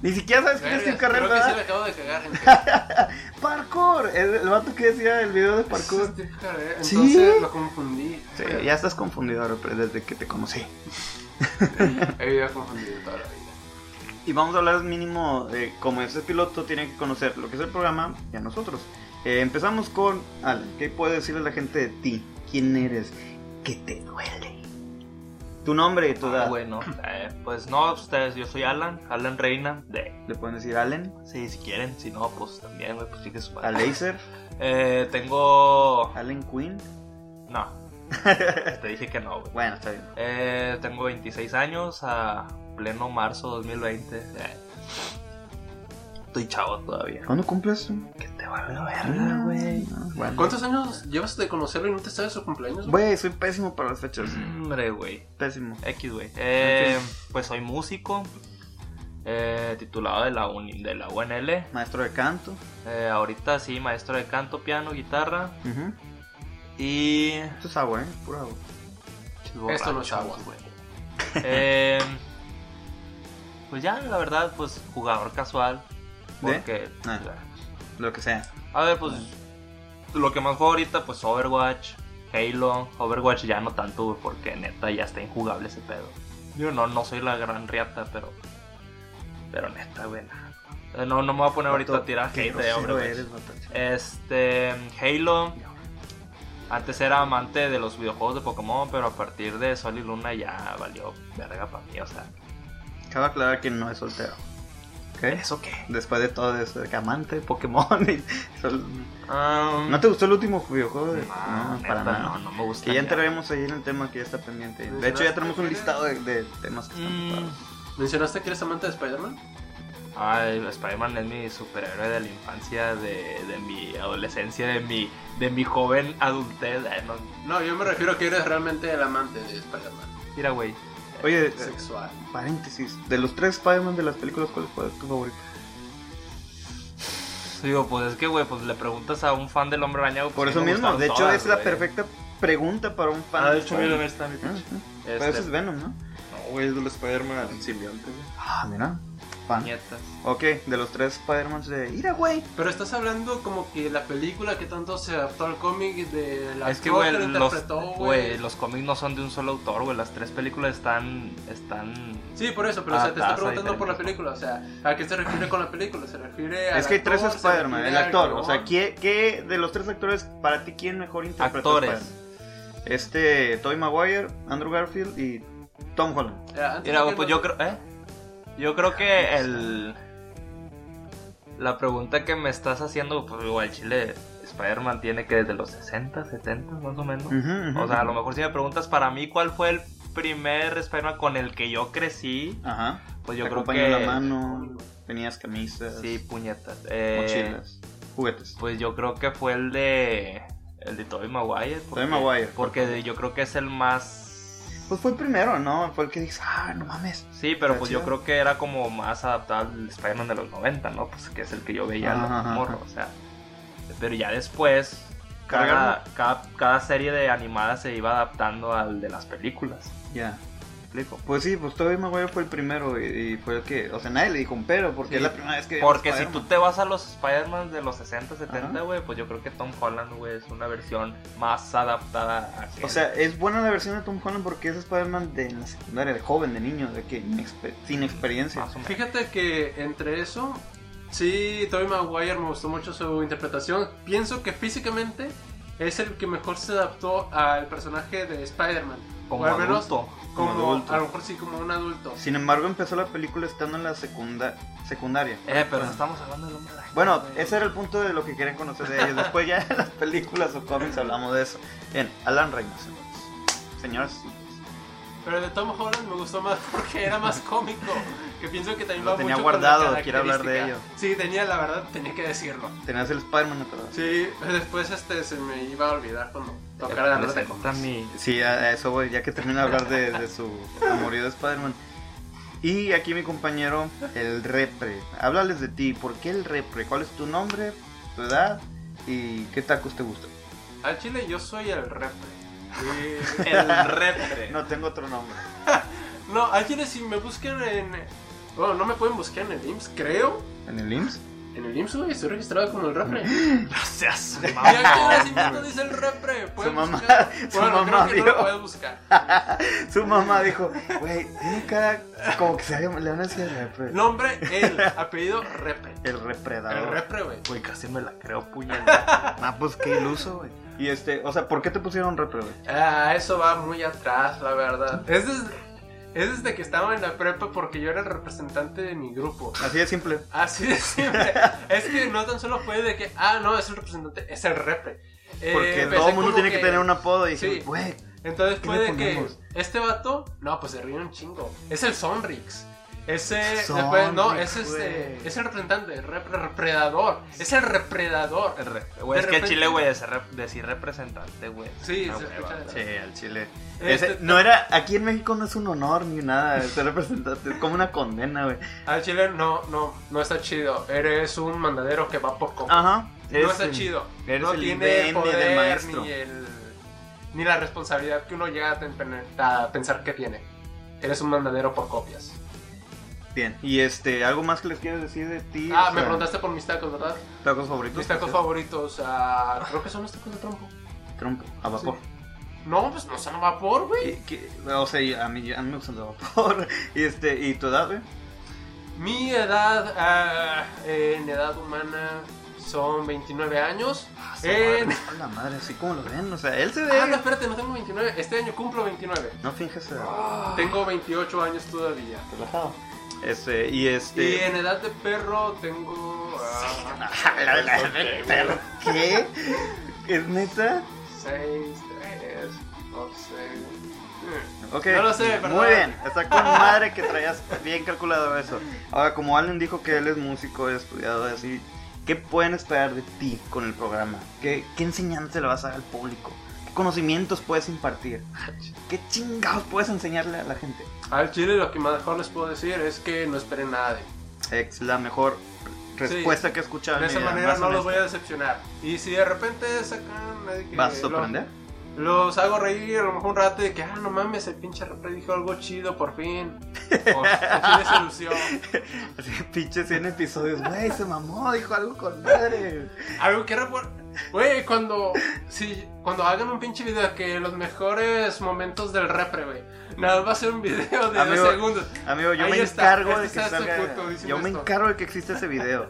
[SPEAKER 1] Ni siquiera sabes quién es Steve
[SPEAKER 3] Vergas,
[SPEAKER 1] Carrell,
[SPEAKER 3] Creo que sí
[SPEAKER 1] ¿verdad?
[SPEAKER 3] me acabo de cagar, gente.
[SPEAKER 1] Parkour. El, el vato que decía el video de
[SPEAKER 3] Es
[SPEAKER 1] parkour.
[SPEAKER 3] Steve Carell,
[SPEAKER 1] Sí.
[SPEAKER 3] Entonces lo confundí.
[SPEAKER 1] Sí, ya estás confundido, ahora, pero desde que te conocí.
[SPEAKER 3] He vivido confundido toda la vida.
[SPEAKER 1] Y vamos a hablar mínimo de cómo ese piloto tiene que conocer lo que es el programa y a nosotros. Eh, empezamos con Alan. ¿Qué puede decirle la gente de ti? ¿Quién eres? ¿Qué te duele? Tu nombre y tu edad.
[SPEAKER 2] Ah, bueno, eh, pues no, ustedes, yo soy Alan, Alan Reina, de,
[SPEAKER 1] Le pueden decir Allen,
[SPEAKER 2] sí, si quieren, si no, pues también, güey, pues sí que su madre.
[SPEAKER 1] a Laser,
[SPEAKER 2] Eh, tengo,
[SPEAKER 1] Allen Quinn.
[SPEAKER 2] no, te dije que no, güey.
[SPEAKER 1] Bueno, está bien.
[SPEAKER 2] Eh, tengo 26 años, a pleno marzo 2020, eh, estoy chavo todavía.
[SPEAKER 1] ¿Cuándo cumples? tú?
[SPEAKER 2] Que te vale la verga, Ah, güey.
[SPEAKER 1] No, Ah, Bueno.
[SPEAKER 3] ¿Cuántos años llevas de conocerlo y no te sabes su cumpleaños? güey?
[SPEAKER 1] Güey, soy pésimo para las fechas.
[SPEAKER 2] Hombre, güey.
[SPEAKER 1] Pésimo.
[SPEAKER 2] X, güey. Eh, Pues soy músico, eh, titulado de la, uni- de la UNL.
[SPEAKER 1] Maestro de canto.
[SPEAKER 2] Eh, ahorita sí, maestro de canto, piano, guitarra
[SPEAKER 1] Ujú.
[SPEAKER 2] y...
[SPEAKER 1] Esto es agua, ¿eh? Pura agua.
[SPEAKER 3] Esto no es agua.
[SPEAKER 2] güey. Eh, pues ya, la verdad, pues jugador casual.
[SPEAKER 1] ¿De?
[SPEAKER 2] Porque... pues,
[SPEAKER 1] Ah. Lo que sea.
[SPEAKER 2] A ver, pues lo que más juego ahorita, pues Overwatch, Halo. Overwatch ya no tanto, güey, porque neta ya está injugable ese pedo. Yo no, no soy la gran riata, pero... Pero neta, güey. nah. Eh, No, no me voy a poner ahorita a tirar hate de pues. Overwatch. Este, Halo. Antes era amante de los videojuegos de Pokémon, pero a partir de Sol y Luna ya valió verga para mí, o sea.
[SPEAKER 1] Cabe aclarar que no es soltero. ¿Ok?
[SPEAKER 2] ¿Eso qué?
[SPEAKER 1] Después de todo eso, de que amante, Pokémon. y- sol-
[SPEAKER 2] Ah,
[SPEAKER 1] ¿No te gustó el último videojuego? De...
[SPEAKER 2] no,
[SPEAKER 1] No,
[SPEAKER 2] neta,
[SPEAKER 1] para
[SPEAKER 2] no,
[SPEAKER 1] nada.
[SPEAKER 2] no me gusta.
[SPEAKER 1] Que ya
[SPEAKER 2] ya.
[SPEAKER 1] entraremos ahí en el tema que ya está pendiente. De hecho, ya tenemos un listado de, de temas que están
[SPEAKER 2] Mm,
[SPEAKER 1] preparados.
[SPEAKER 3] ¿Mencionaste que eres amante de Spider-Man?
[SPEAKER 2] Ay, Spider-Man es mi superhéroe de la infancia, de, de mi adolescencia, de mi, de mi joven adultez. Ay, no,
[SPEAKER 3] No, yo me refiero a que eres realmente el amante de Spider-Man.
[SPEAKER 2] mira, güey.
[SPEAKER 1] Oye, eh,
[SPEAKER 3] Sexual.
[SPEAKER 1] paréntesis. De los tres Spider-Man de las películas, ¿cuál fue tu favorito?
[SPEAKER 2] Digo, pues es que, güey, pues le preguntas a un fan del Hombre Araña. güey,
[SPEAKER 1] Por
[SPEAKER 2] pues,
[SPEAKER 1] eso
[SPEAKER 2] sí me
[SPEAKER 1] mismo.
[SPEAKER 2] gustaron
[SPEAKER 1] De hecho,
[SPEAKER 2] todas,
[SPEAKER 1] es la
[SPEAKER 2] güey.
[SPEAKER 1] perfecta pregunta para un fan.
[SPEAKER 2] Ah, de hecho, mira,
[SPEAKER 1] Spider-Man.
[SPEAKER 2] ahí está mi
[SPEAKER 1] Ah,
[SPEAKER 2] pinche.
[SPEAKER 1] ah. Pero
[SPEAKER 2] Este,
[SPEAKER 1] ese es Venom, ¿no?
[SPEAKER 2] No, güey, es del Spider-Man simbionte,
[SPEAKER 1] Ah, mira. Fan.
[SPEAKER 2] Nietas.
[SPEAKER 1] Ok, de los tres Spider-Man de. ¡Ira, güey!
[SPEAKER 3] Pero estás hablando como que la película que tanto se adaptó al cómic de la
[SPEAKER 2] es que,
[SPEAKER 3] actor
[SPEAKER 2] güey,
[SPEAKER 3] lo
[SPEAKER 2] los,
[SPEAKER 3] interpretó,
[SPEAKER 2] güey, los cómics no son de un solo autor, güey. Las tres películas están. están
[SPEAKER 3] Sí, por eso, pero o
[SPEAKER 2] Ah,
[SPEAKER 3] sea, te está
[SPEAKER 2] taza
[SPEAKER 3] preguntando por la
[SPEAKER 2] diferente.
[SPEAKER 3] película, o sea, ¿a qué se refiere con la película? ¿Se refiere a
[SPEAKER 1] Es que hay tres Spider-Man. El actor. O sea, ¿qué, qué de los tres actores, para ti, quién mejor interpreta a
[SPEAKER 2] Actores.
[SPEAKER 1] Spider-Man? Este, Tobey Maguire, Andrew Garfield y Tom Holland.
[SPEAKER 3] Ah,
[SPEAKER 2] Mira, güey, pues yo creo. ¿eh? Yo creo que el. La pregunta que me estás haciendo, pues, güey, al chile. Spider-Man tiene que desde los 60, 70, más o menos.
[SPEAKER 1] Ujú, ujú.
[SPEAKER 2] O sea, a lo mejor si me preguntas para mí cuál fue el primer Spider-Man con el que yo crecí,
[SPEAKER 1] Ajá.
[SPEAKER 2] pues yo
[SPEAKER 1] Te
[SPEAKER 2] creo
[SPEAKER 1] acompañó
[SPEAKER 2] que.
[SPEAKER 1] la mano, pues. tenías camisas,
[SPEAKER 2] Sí, puñetas. Eh,
[SPEAKER 1] mochilas, juguetes.
[SPEAKER 2] Pues yo creo que fue el de. El de Tobey Maguire. porque-
[SPEAKER 1] Tobey Maguire.
[SPEAKER 2] Porque de- yo creo que es el más.
[SPEAKER 1] Pues fue el primero, ¿no? Fue el que dices, ah, no mames.
[SPEAKER 2] Sí, pero
[SPEAKER 1] Está
[SPEAKER 2] pues
[SPEAKER 1] chido.
[SPEAKER 2] yo creo que era como más adaptado al Spider-Man de los 90, ¿no? Pues que es el que yo veía
[SPEAKER 1] Ajá,
[SPEAKER 2] al
[SPEAKER 1] ajá,
[SPEAKER 2] morro,
[SPEAKER 1] ajá.
[SPEAKER 2] o sea. Pero ya después, cada,
[SPEAKER 1] Cargarlo.
[SPEAKER 2] cada, cada serie de animada se iba adaptando al de las películas.
[SPEAKER 1] Ya.
[SPEAKER 2] ¿Me explico?
[SPEAKER 1] Pues sí, pues Tobey Maguire fue el primero y, y fue el que, o sea, nadie le dijo un pero porque
[SPEAKER 2] Sí.
[SPEAKER 1] es la primera vez que vimos
[SPEAKER 2] Porque si tú
[SPEAKER 1] Spider-Man.
[SPEAKER 2] te vas a los Spider-Man de los 60, 70,
[SPEAKER 1] Ajá.
[SPEAKER 2] güey, pues yo creo que Tom Holland, güey, es una versión más adaptada a aquel.
[SPEAKER 1] O sea, es buena la versión de Tom Holland porque es Spider-Man de la secundaria, de joven, de niño, de que inexper- sin experiencia.
[SPEAKER 2] más o menos.
[SPEAKER 3] Fíjate que entre eso, sí, Tobey Maguire me gustó mucho su interpretación. Pienso que físicamente es el que mejor se adaptó al personaje de Spider-Man.
[SPEAKER 2] como
[SPEAKER 3] o al menos
[SPEAKER 2] adulto.
[SPEAKER 1] como
[SPEAKER 3] como-
[SPEAKER 1] adulto.
[SPEAKER 3] a lo mejor sí, como un adulto.
[SPEAKER 1] Sin embargo, empezó la película estando en la secunda secundaria.
[SPEAKER 2] Eh, pero estamos hablando del hombre araña,
[SPEAKER 1] Ah. Bueno,
[SPEAKER 2] güey.
[SPEAKER 1] ese era el punto de lo que querían conocer de ellos. Después ya en las películas o cómics hablamos de eso. Bien, Alan Reynolds, señores. Señores,
[SPEAKER 3] Pero el de Tom Holland me gustó más porque era más cómico. Que pienso que también
[SPEAKER 1] Lo
[SPEAKER 3] va
[SPEAKER 1] tenía
[SPEAKER 3] mucho con la
[SPEAKER 1] guardado, quiero hablar de
[SPEAKER 3] característica. Sí, tenía, la verdad, tenía que decirlo.
[SPEAKER 1] tenías el Spider-Man atrás.
[SPEAKER 3] Sí, después este se me iba a olvidar cuando tocara la nota de
[SPEAKER 2] Representa mi-
[SPEAKER 1] Sí, a a eso voy, ya que termino de hablar de, de su amorío de Spider-Man. Y aquí mi compañero, el Repre. Háblales de ti, ¿por qué el Repre? ¿Cuál es tu nombre, tu edad y qué tacos te gustan?
[SPEAKER 3] Al chile yo soy el repre.
[SPEAKER 2] El repre.
[SPEAKER 1] No tengo otro nombre.
[SPEAKER 3] No, al chile si me buscan en Bueno, no me pueden buscar en el IMSS, creo.
[SPEAKER 1] ¿En el IMSS?
[SPEAKER 3] En el IMSS, güey, estoy registrado como el refre.
[SPEAKER 2] Gracias,
[SPEAKER 3] Ya que las invito, dice el refre. Pueden
[SPEAKER 1] Su mamá-
[SPEAKER 3] buscar.
[SPEAKER 1] su
[SPEAKER 3] bueno,
[SPEAKER 1] mamá
[SPEAKER 3] creo que no
[SPEAKER 1] dijo.
[SPEAKER 3] lo puedes buscar.
[SPEAKER 1] Su mamá dijo, güey, tiene cara como que se había- le van a decir el repre.
[SPEAKER 3] Nombre, él. Apellido, repre.
[SPEAKER 1] El
[SPEAKER 3] El
[SPEAKER 1] repredador.
[SPEAKER 3] repre, güey.
[SPEAKER 2] Güey, casi me la creo, puñalada.
[SPEAKER 1] Ah, pues qué iluso, güey. Y este, o sea, ¿por qué te pusieron repre, güey?
[SPEAKER 3] Ah, eso va muy atrás, la verdad. Es desde, es desde que estaba en la prepa porque yo era el representante de mi grupo.
[SPEAKER 1] Así de simple.
[SPEAKER 3] Así de simple. es que no tan solo fue de que, ah, no, es el representante, es el repre. Eh,
[SPEAKER 1] Porque
[SPEAKER 3] pensé
[SPEAKER 1] todo el mundo
[SPEAKER 3] como
[SPEAKER 1] tiene que, tener un apodo y
[SPEAKER 3] Sí.
[SPEAKER 1] decir, güey,
[SPEAKER 3] Entonces
[SPEAKER 1] ¿Qué
[SPEAKER 3] fue
[SPEAKER 1] le
[SPEAKER 3] de que
[SPEAKER 1] ponemos?
[SPEAKER 3] este vato, no, pues se ríe un chingo. Es el Sonrix. Ese, después, no,
[SPEAKER 1] Sonrix,
[SPEAKER 3] es este,
[SPEAKER 1] güey.
[SPEAKER 3] es el representante, el repre- repredador. Es el repredador.
[SPEAKER 2] El re- Güey, es
[SPEAKER 3] De
[SPEAKER 2] que el
[SPEAKER 3] repente-
[SPEAKER 2] chile, güey, es rep- decir representante, güey.
[SPEAKER 3] Sí,
[SPEAKER 2] Una
[SPEAKER 3] se
[SPEAKER 2] hueva,
[SPEAKER 3] escucha.
[SPEAKER 2] güey.
[SPEAKER 1] Sí, al chile.
[SPEAKER 3] Este-
[SPEAKER 1] Ese- no era, aquí en México no es un honor ni nada ser representante, es como una condena, güey.
[SPEAKER 3] Al chile no, no, no está chido. Eres un mandadero que va por coca.
[SPEAKER 1] Ajá.
[SPEAKER 3] no
[SPEAKER 1] es
[SPEAKER 3] está
[SPEAKER 1] el-
[SPEAKER 3] chido.
[SPEAKER 1] eres
[SPEAKER 3] no
[SPEAKER 1] el
[SPEAKER 3] tiene
[SPEAKER 1] duende
[SPEAKER 3] el
[SPEAKER 1] del
[SPEAKER 3] poder
[SPEAKER 1] maestro.
[SPEAKER 3] ni eh. el ni la responsabilidad que uno llega a, tener- a pensar que tiene. Eres un mandadero por copias.
[SPEAKER 1] Bien. Y este, algo más que les quieres decir de ti.
[SPEAKER 3] Ah,
[SPEAKER 1] O
[SPEAKER 3] me
[SPEAKER 1] sea,
[SPEAKER 3] preguntaste por mis tacos, ¿verdad?
[SPEAKER 1] Tacos favoritos.
[SPEAKER 3] Mis tacos
[SPEAKER 1] ¿sí?
[SPEAKER 3] favoritos, ah, creo que son los tacos de trompo.
[SPEAKER 1] Trompo, a vapor.
[SPEAKER 3] No, pues no son a vapor, güey.
[SPEAKER 1] Y que- o sea, y a mí, a mí me gusta el de vapor. Y este, y tu edad, güey.
[SPEAKER 3] Mi edad ah, en edad humana son 29 años. En-
[SPEAKER 1] A la madre, así como lo ven. O sea, él se ve.
[SPEAKER 3] Ah, no, espérate, no tengo 29. Este año cumplo 29.
[SPEAKER 1] No finges edad.
[SPEAKER 3] Tengo 28 años todavía.
[SPEAKER 1] Relajado. Este, y
[SPEAKER 3] Y
[SPEAKER 1] este.
[SPEAKER 3] en edad de perro tengo. ah,
[SPEAKER 1] La- la- la- perro, ¿Qué? ¿Es neta?
[SPEAKER 3] seis, tres, eh. no sé.
[SPEAKER 1] Ok.
[SPEAKER 3] No lo sé, perdón.
[SPEAKER 1] Muy bien. Está con madre que traías bien calculado eso. Ahora, como Alan dijo que él es músico, estudiado así, ¿qué pueden esperar de ti con el programa? ¿Qué, qué enseñanza le vas a dar al público? ¿Qué conocimientos puedes impartir? ¿Qué chingados puedes enseñarle a la gente?
[SPEAKER 3] Al chile lo que mejor les puedo decir es que no esperen nada de mí.
[SPEAKER 1] Es la mejor respuesta que he escuchado. en
[SPEAKER 3] De esa
[SPEAKER 1] mi vida,
[SPEAKER 3] manera
[SPEAKER 1] más
[SPEAKER 3] no los voy
[SPEAKER 1] honesta.
[SPEAKER 3] a decepcionar. Y si de repente sacan. de que
[SPEAKER 1] ¿Vas a
[SPEAKER 3] lo-
[SPEAKER 1] sorprender?
[SPEAKER 3] Los hago reír a lo mejor un rato de que, ah, no mames, el pinche repre dijo algo chido por fin. O, al chile se lució.
[SPEAKER 1] Así, pinche 100 episodios. Güey, se mamó, dijo algo con madre.
[SPEAKER 3] Algo que recuerdo. Güey, cuando. Sí, cuando hagan un pinche video que los mejores momentos del repre, güey. Nada más va a ser un video de
[SPEAKER 1] Amigo,
[SPEAKER 3] dos segundos.
[SPEAKER 1] Amigo, yo
[SPEAKER 3] Ahí
[SPEAKER 1] me
[SPEAKER 3] está,
[SPEAKER 1] encargo
[SPEAKER 3] este
[SPEAKER 1] de que
[SPEAKER 3] está este
[SPEAKER 1] salga.
[SPEAKER 3] puto diciendo
[SPEAKER 1] yo me
[SPEAKER 3] esto.
[SPEAKER 1] encargo de que exista ese video.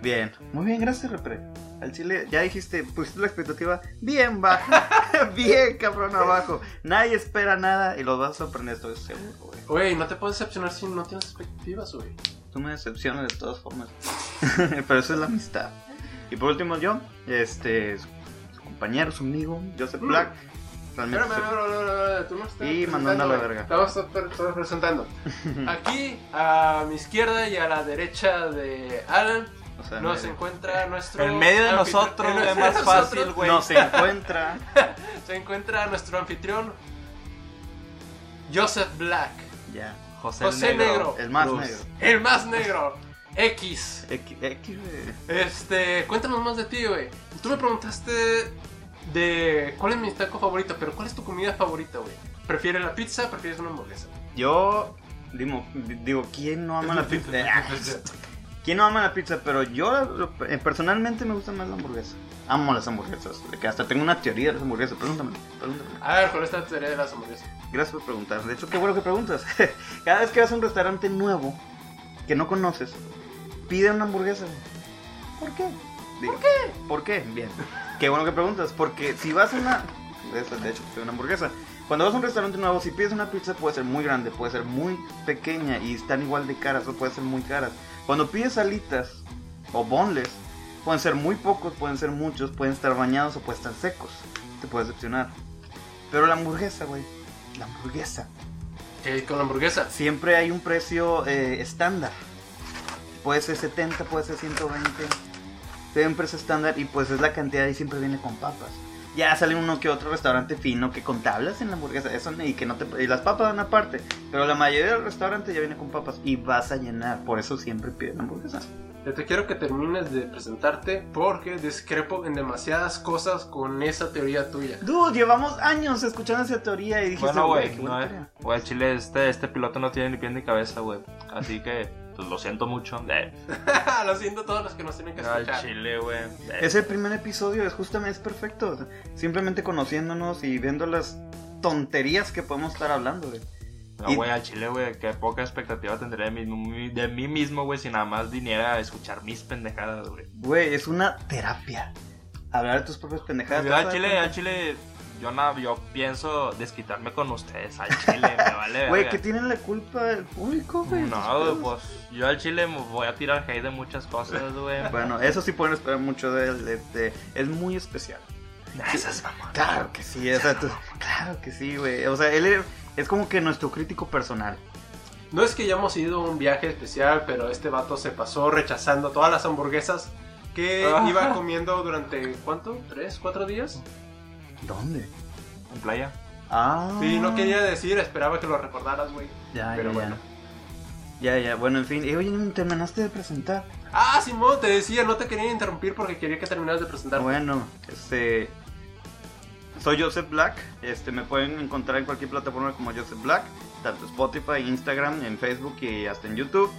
[SPEAKER 1] Bien, muy bien, gracias, Repre. Al chile, ya dijiste, pusiste la expectativa bien baja, bien cabrón abajo. Nadie espera nada y los vas a sorprender, estoy seguro, güey.
[SPEAKER 3] Güey, no te puedes decepcionar si no tienes expectativas, güey.
[SPEAKER 1] Tú me decepcionas de todas formas. Pero eso es la amistad. Y por último, yo, este, su, su compañero, su amigo, Joseph Black. Realmente
[SPEAKER 3] Mm. Espérame,
[SPEAKER 1] se-
[SPEAKER 3] espérame, espérame, espérame, tú no estás.
[SPEAKER 1] Y mandando a la
[SPEAKER 3] presentando,
[SPEAKER 1] verga.
[SPEAKER 3] güey. Estamos, pre- estamos presentando. Aquí, a mi izquierda y a la derecha de Alan,
[SPEAKER 1] o sea,
[SPEAKER 3] nos
[SPEAKER 1] me-
[SPEAKER 3] encuentra nuestro.
[SPEAKER 2] En medio de
[SPEAKER 3] anfitrión-
[SPEAKER 2] nosotros,
[SPEAKER 3] en
[SPEAKER 2] güey,
[SPEAKER 3] medio de
[SPEAKER 2] más
[SPEAKER 3] nosotros
[SPEAKER 2] fácil, güey.
[SPEAKER 1] nos encuentra.
[SPEAKER 3] Se encuentra nuestro anfitrión, Joseph Black,
[SPEAKER 1] ya,
[SPEAKER 2] José,
[SPEAKER 3] José Negro.
[SPEAKER 1] el más
[SPEAKER 2] Cruz.
[SPEAKER 1] negro.
[SPEAKER 3] el más negro. X.
[SPEAKER 1] X, X, güey.
[SPEAKER 3] Este, cuéntanos más de ti, güey. Tú me preguntaste de cuál es mi taco favorito, pero ¿cuál es tu comida favorita, güey? ¿Prefieres la pizza o prefieres una hamburguesa?
[SPEAKER 1] Yo digo, digo, ¿quién no ama la pizza? Ah, ¿Quién no ama la pizza? Pero yo lo- eh, personalmente me gusta más la hamburguesa. Amo las hamburguesas. de que hasta tengo una teoría de las hamburguesas. Pregúntame, pregúntame.
[SPEAKER 3] A ver, con esta teoría de las hamburguesas.
[SPEAKER 1] Gracias por preguntar. De hecho, qué bueno que preguntas. Cada vez que vas a un restaurante nuevo que no conoces, pide una hamburguesa. güey. ¿Por qué? ¿Por qué? ¿Por qué? Bien. Qué bueno que preguntas. Porque si vas a una... esa, De hecho, pide una hamburguesa. Cuando vas a un restaurante nuevo, si pides una pizza puede ser muy grande, puede ser muy pequeña y están igual de caras o pueden ser muy caras. Cuando pides alitas o bonles, pueden ser muy pocos, pueden ser muchos, pueden estar bañados o pueden estar secos. Te puedes decepcionar. Pero la hamburguesa, güey. La hamburguesa.
[SPEAKER 3] Eh, con la hamburguesa.
[SPEAKER 1] Siempre hay un precio eh, estándar. Puede ser 70, puede ser 120. Siempre es estándar y pues es la cantidad y siempre viene con papas. Ya sale uno que otro restaurante fino que con tablas en la hamburguesa. Eso, y, que no te, y las papas van aparte. Pero la mayoría de los restaurantes ya viene con papas y vas a llenar. Por eso siempre piden hamburguesa.
[SPEAKER 3] Yo te quiero que termines de presentarte porque discrepo en demasiadas cosas con esa teoría tuya.
[SPEAKER 1] Dude, llevamos años escuchando esa teoría y dijiste,
[SPEAKER 2] Bueno,
[SPEAKER 1] güey,
[SPEAKER 2] güey,
[SPEAKER 1] qué
[SPEAKER 2] no
[SPEAKER 1] buena
[SPEAKER 2] es.
[SPEAKER 1] teoría".
[SPEAKER 2] Güey, chile, este, este piloto no tiene ni pie ni cabeza, güey. Así que, pues lo siento mucho. Eh,
[SPEAKER 3] Lo siento a todos los que nos tienen que
[SPEAKER 2] al
[SPEAKER 3] escuchar.
[SPEAKER 2] chile, güey. Eh,
[SPEAKER 1] Ese primer episodio es justamente es perfecto. o sea, Simplemente conociéndonos y viendo las tonterías que podemos estar hablando, güey.
[SPEAKER 2] No, güey, al chile, güey, qué poca expectativa tendría de mí, de mí mismo, güey, si nada más viniera a escuchar mis pendejadas, güey.
[SPEAKER 1] Güey, es una terapia. Hablar de tus propias pendejadas.
[SPEAKER 2] Yo
[SPEAKER 1] ¿te vas a
[SPEAKER 2] al
[SPEAKER 1] dar
[SPEAKER 2] chile,
[SPEAKER 1] cuenta?
[SPEAKER 2] al chile, yo, na- yo pienso desquitarme con ustedes, al chile, me vale
[SPEAKER 1] Güey,
[SPEAKER 2] verga.
[SPEAKER 1] que tienen la culpa el público, güey.
[SPEAKER 2] No,
[SPEAKER 1] Sus
[SPEAKER 2] güey,
[SPEAKER 1] pedos.
[SPEAKER 2] pues yo al chile me voy a tirar hate de muchas cosas, güey.
[SPEAKER 1] Bueno, eso sí pueden esperar mucho de él. este, es muy especial.
[SPEAKER 2] Esas mamá.
[SPEAKER 1] Claro que sí, o sea, tú- claro que sí, güey. O sea, él es- es como que nuestro crítico personal.
[SPEAKER 3] No es que hayamos ido a un viaje especial, pero este vato se pasó rechazando todas las hamburguesas que
[SPEAKER 2] Ah.
[SPEAKER 3] iba comiendo durante, ¿cuánto? ¿Tres? ¿Cuatro días?
[SPEAKER 1] ¿Dónde?
[SPEAKER 2] En playa.
[SPEAKER 1] Ah.
[SPEAKER 3] Sí, no quería decir, esperaba que lo recordaras, güey.
[SPEAKER 1] Ya,
[SPEAKER 3] Pero
[SPEAKER 1] ya,
[SPEAKER 3] bueno.
[SPEAKER 1] ya. Ya, ya, bueno, en fin. Eh, oye, no terminaste de presentar.
[SPEAKER 3] Ah, Simón, te decía, no te quería interrumpir porque quería que terminaras de presentar.
[SPEAKER 1] Bueno, este. Soy Joseph Black. Este, me pueden encontrar en cualquier plataforma como Joseph Black, tanto Spotify, Instagram, en Facebook y hasta en YouTube.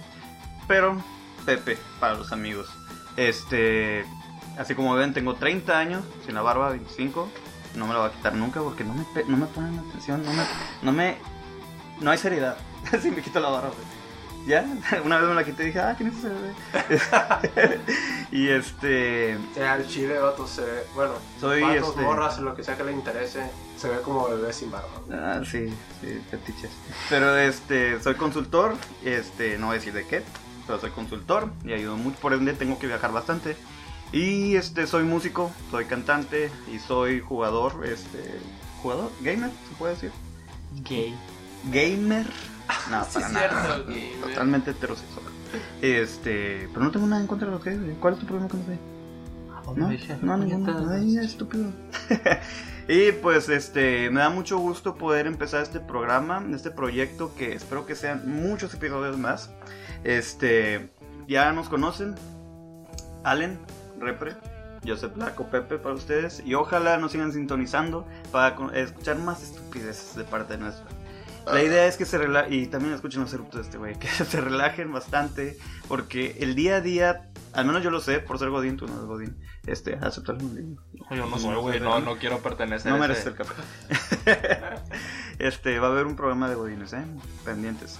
[SPEAKER 1] Pero Pepe para los amigos. Este, así como ven, tengo 30 años, sin la barba 25. No me la va a quitar nunca porque no me, pe- no me ponen atención, no me, no me, no hay seriedad. si me quito la barba. güey. Ya, una vez me la quité y dije, ah, ¿quién es ese? bebé?" y este,
[SPEAKER 3] Sea el chile, vato, se ve, bueno,
[SPEAKER 1] Soy,
[SPEAKER 3] vatos,
[SPEAKER 1] este-
[SPEAKER 3] morras, lo que sea que le interese, se ve como bebé sin barba.
[SPEAKER 1] Ah, sí, sí, fetiches. Pero este, soy consultor, este, no voy a decir de qué, pero soy consultor y ayudo mucho, por ende tengo que viajar bastante. Y este, soy músico, soy cantante y soy jugador, este, jugador, gamer, se puede decir.
[SPEAKER 2] Gay.
[SPEAKER 1] Gamer. No,
[SPEAKER 3] Sí,
[SPEAKER 1] para
[SPEAKER 3] es
[SPEAKER 1] nada.
[SPEAKER 3] cierto, gamer.
[SPEAKER 1] Totalmente heterosexual. Este, pero no tengo nada en contra de los gays. güey. ¿Cuál es tu problema con los gays? No, no, ninguno. Ay, estúpido. y pues este, me da mucho gusto poder empezar este programa, este proyecto que espero que sean muchos episodios más. Este, ya nos conocen. Allen, Repre, Joseph Placo, Pepe para ustedes. Y ojalá nos sigan sintonizando para con- escuchar más estupideces de parte nuestra. La idea es que se relajen, y también escuchen los eructos de este güey, que se relajen bastante, porque el día a día, al menos yo lo sé, por ser Godín, tú no eres Godín, este, aceptar
[SPEAKER 2] Yo no soy, güey, Pues, no, no quiero pertenecer
[SPEAKER 1] no
[SPEAKER 2] a
[SPEAKER 1] mereces
[SPEAKER 2] ese...
[SPEAKER 1] el café. este, va a haber un programa de godines, ¿eh? Pendientes.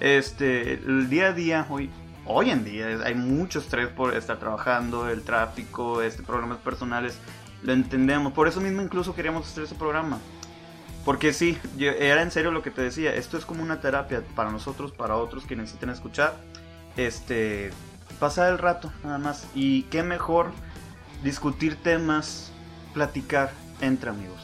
[SPEAKER 1] Este, el día a día, hoy, hoy en día, es- hay mucho estrés por estar trabajando, el tráfico, este, problemas personales. Lo entendemos. Por eso mismo incluso queríamos hacer ese programa. Porque sí, yo- era en serio lo que te decía. Esto es como una terapia para nosotros, para otros que necesiten escuchar. Este, pasar el rato, nada más. Y qué mejor discutir temas, platicar entre amigos.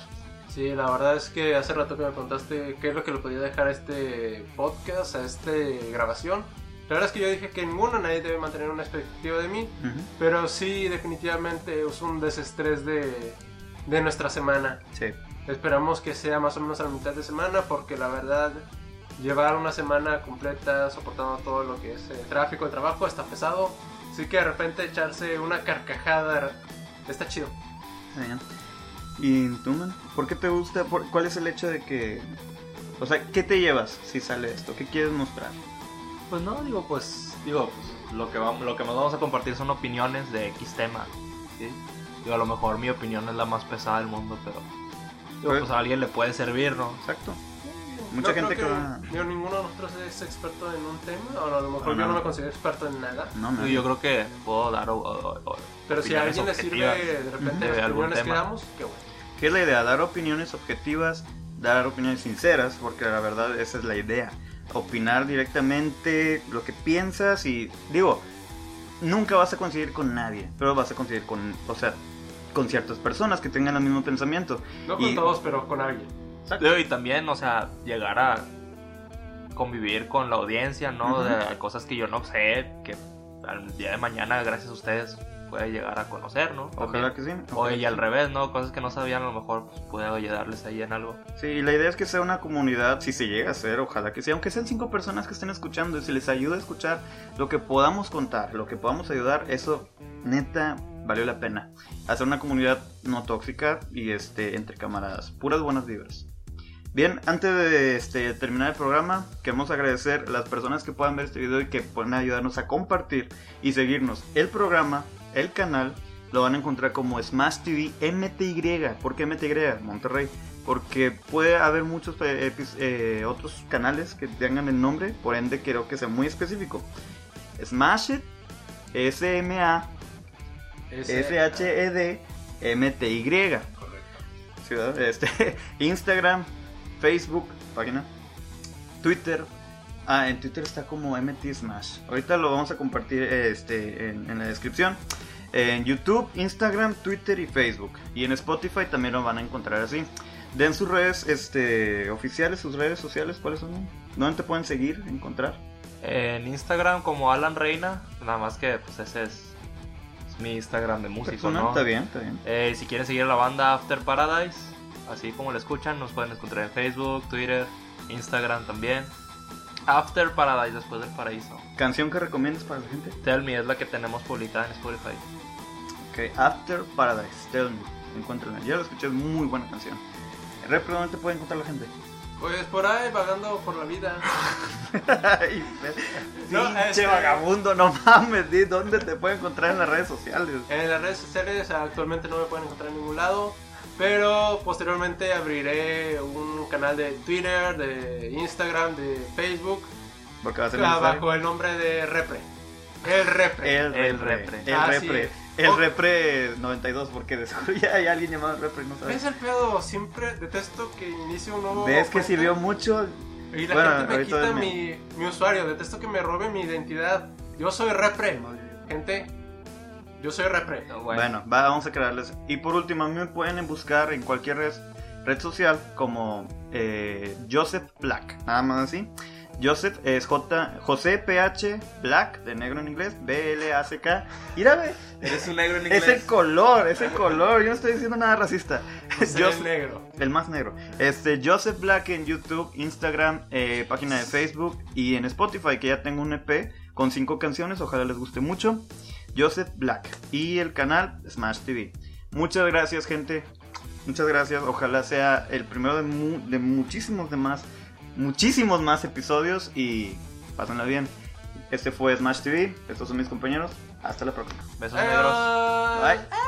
[SPEAKER 3] Sí, la verdad es que hace rato que me preguntaste qué es lo que le podía dejar a este podcast, a esta grabación. La verdad es que yo dije que ninguno, nadie debe mantener una expectativa de mí, pero sí, definitivamente es un desestrés de, de nuestra semana.
[SPEAKER 1] Sí.
[SPEAKER 3] Esperamos que sea más o menos a la mitad de semana, porque la verdad, llevar una semana completa soportando todo lo que es eh, tráfico, el trabajo, está pesado. Así que de repente echarse una carcajada está chido.
[SPEAKER 1] está bien. ¿Y tú, man? ¿Por qué te gusta? Por- ¿Cuál es el hecho de que... O sea, ¿qué te llevas si sale esto? ¿Qué quieres mostrar?
[SPEAKER 2] Pues no, digo, pues, digo, pues, lo que vamos, lo que nos vamos a compartir son opiniones de X tema, ¿sí? Digo, a lo mejor mi opinión es la más pesada del mundo, pero, digo,
[SPEAKER 1] Pues-
[SPEAKER 2] pues a alguien le puede servir, ¿no?
[SPEAKER 1] Exacto. Mucha
[SPEAKER 3] No
[SPEAKER 1] gente
[SPEAKER 3] creo
[SPEAKER 1] que va-
[SPEAKER 3] digo, ninguno de nosotros es experto en un tema, o a lo mejor
[SPEAKER 1] No,
[SPEAKER 3] yo no
[SPEAKER 1] no.
[SPEAKER 3] me considero experto en nada.
[SPEAKER 1] Ah, No, man.
[SPEAKER 2] Y yo creo que puedo dar o- o- o-
[SPEAKER 3] Pero si a
[SPEAKER 2] opiniones
[SPEAKER 3] alguien le sirve
[SPEAKER 2] objetivas.
[SPEAKER 3] de repente
[SPEAKER 2] Ujú. de
[SPEAKER 3] las
[SPEAKER 2] algún
[SPEAKER 3] opiniones que
[SPEAKER 2] tema.
[SPEAKER 3] damos, qué bueno.
[SPEAKER 1] ¿Qué es la idea? Dar opiniones objetivas, dar opiniones sinceras, porque la verdad esa es la idea. Opinar directamente lo que piensas y digo, nunca vas a coincidir con nadie, pero vas a coincidir con, o sea, con ciertas personas que tengan el mismo pensamiento.
[SPEAKER 3] No con
[SPEAKER 1] Y-
[SPEAKER 3] todos, pero con alguien.
[SPEAKER 2] Digo, Y también, o sea, llegar a convivir con la audiencia, ¿no?
[SPEAKER 1] Ujú.
[SPEAKER 2] De cosas que yo no sé, que al día de mañana, gracias a ustedes, puede llegar a conocer, ¿no?
[SPEAKER 1] Ojalá que sí.
[SPEAKER 2] O
[SPEAKER 1] ojalá
[SPEAKER 2] y
[SPEAKER 1] que
[SPEAKER 2] al
[SPEAKER 1] sí.
[SPEAKER 2] revés, ¿no? Cosas que no sabían, a lo mejor pues, puedo ayudarles ahí en algo.
[SPEAKER 1] Sí, la idea es que sea una comunidad, si se llega a ser, ojalá que sea, aunque sean cinco personas que estén escuchando y si les ayuda a escuchar lo que podamos contar, lo que podamos ayudar, eso neta valió la pena. Hacer una comunidad no tóxica y este entre camaradas, puras buenas vibras. Bien, antes de este, terminar el programa, queremos agradecer a las personas que puedan ver este video y que puedan ayudarnos a compartir y seguirnos. El programa, el canal, lo van a encontrar como Smash TV MTY. ¿Por qué MTY? Monterrey. Porque puede haber muchos eh, epi- eh, otros canales que tengan el nombre, por ende quiero que sea muy específico. Smash It,
[SPEAKER 3] Ese-
[SPEAKER 1] S-M-A-S-H-E-D, M-T-Y.
[SPEAKER 3] Correcto.
[SPEAKER 1] Ciudad, este, Instagram, Facebook, página, Twitter. Ah, en Twitter está como MT Smash. Ahorita lo vamos a compartir este, en, en la descripción. En YouTube, Instagram, Twitter y Facebook. Y en Spotify también lo van a encontrar así. Den sus redes este, oficiales, sus redes sociales, ¿cuáles son? ¿Dónde te pueden seguir, encontrar?
[SPEAKER 2] En Instagram como Alan Reina, nada más que pues ese es, es mi Instagram de músico,
[SPEAKER 1] Persona,
[SPEAKER 2] ¿no?
[SPEAKER 1] Está bien, está bien.
[SPEAKER 2] Eh, si quieren seguir a la banda After Paradise, así como la escuchan, nos pueden encontrar en Facebook, Twitter, Instagram también. After Paradise, después del paraíso.
[SPEAKER 1] ¿Canción que recomiendas para la gente?
[SPEAKER 2] Tell Me es la que tenemos publicada en Spotify.
[SPEAKER 1] Ok, After Paradise, Tell Me. Encuéntrenla. Ya la escuché, es muy buena canción. Repro, ¿dónde te puede encontrar la gente?
[SPEAKER 3] Pues por ahí, vagando por la vida.
[SPEAKER 1] Ay, pe-
[SPEAKER 3] No,
[SPEAKER 1] pinche
[SPEAKER 3] este-
[SPEAKER 1] vagabundo, no mames, di, ¿dónde te puede encontrar en las redes sociales?
[SPEAKER 3] En las redes sociales actualmente no me pueden encontrar en ningún lado, pero posteriormente abriré un canal de Twitter, de Instagram, de Facebook,
[SPEAKER 1] Porque va a ser necesario.
[SPEAKER 3] bajo el nombre de Repre. El Repre.
[SPEAKER 1] El
[SPEAKER 2] El
[SPEAKER 1] repre,
[SPEAKER 2] repre.
[SPEAKER 1] el
[SPEAKER 3] Ah,
[SPEAKER 1] repre,
[SPEAKER 3] sí.
[SPEAKER 1] el
[SPEAKER 3] O-
[SPEAKER 1] repre 92, porque de seguro ya hay alguien llamado repre, no
[SPEAKER 3] ¿Ves
[SPEAKER 1] sabes.
[SPEAKER 3] el pedo? Siempre detesto que inicie un nuevo.
[SPEAKER 1] ¿Ves que
[SPEAKER 3] cuenta
[SPEAKER 1] sirvió mucho?
[SPEAKER 3] Y la
[SPEAKER 1] Bueno,
[SPEAKER 3] gente me
[SPEAKER 1] ahorita
[SPEAKER 3] quita
[SPEAKER 1] es
[SPEAKER 3] mi, mi usuario. Detesto que me robe mi identidad. Yo soy Repre. Gente, yo soy Repre.
[SPEAKER 2] Bueno,
[SPEAKER 1] Bueno, va, vamos a crearles. Y por último, a mí me pueden buscar en cualquier red, red social como eh, Joseph Black, nada más así. Joseph es J, José PH Black, de negro en inglés, B-L-A-C-K. Mira, ve,
[SPEAKER 2] eres un negro en
[SPEAKER 1] Es el color, es el color. Yo no estoy diciendo nada racista.
[SPEAKER 3] Yo soy
[SPEAKER 1] Joseph-
[SPEAKER 3] el negro.
[SPEAKER 1] el más negro. Este, Joseph Black en YouTube, Instagram, eh, página de Facebook y en Spotify, que ya tengo un EP con cinco canciones. Ojalá les guste mucho. Joseph Black y el canal Smash TV. Muchas gracias, gente. Muchas gracias. Ojalá sea el primero de, mu- de muchísimos demás, muchísimos más episodios y pásenla bien. Este fue Smash TV. Estos son mis compañeros. Hasta la próxima.
[SPEAKER 2] Besos negros.
[SPEAKER 1] Bye.
[SPEAKER 3] Bye.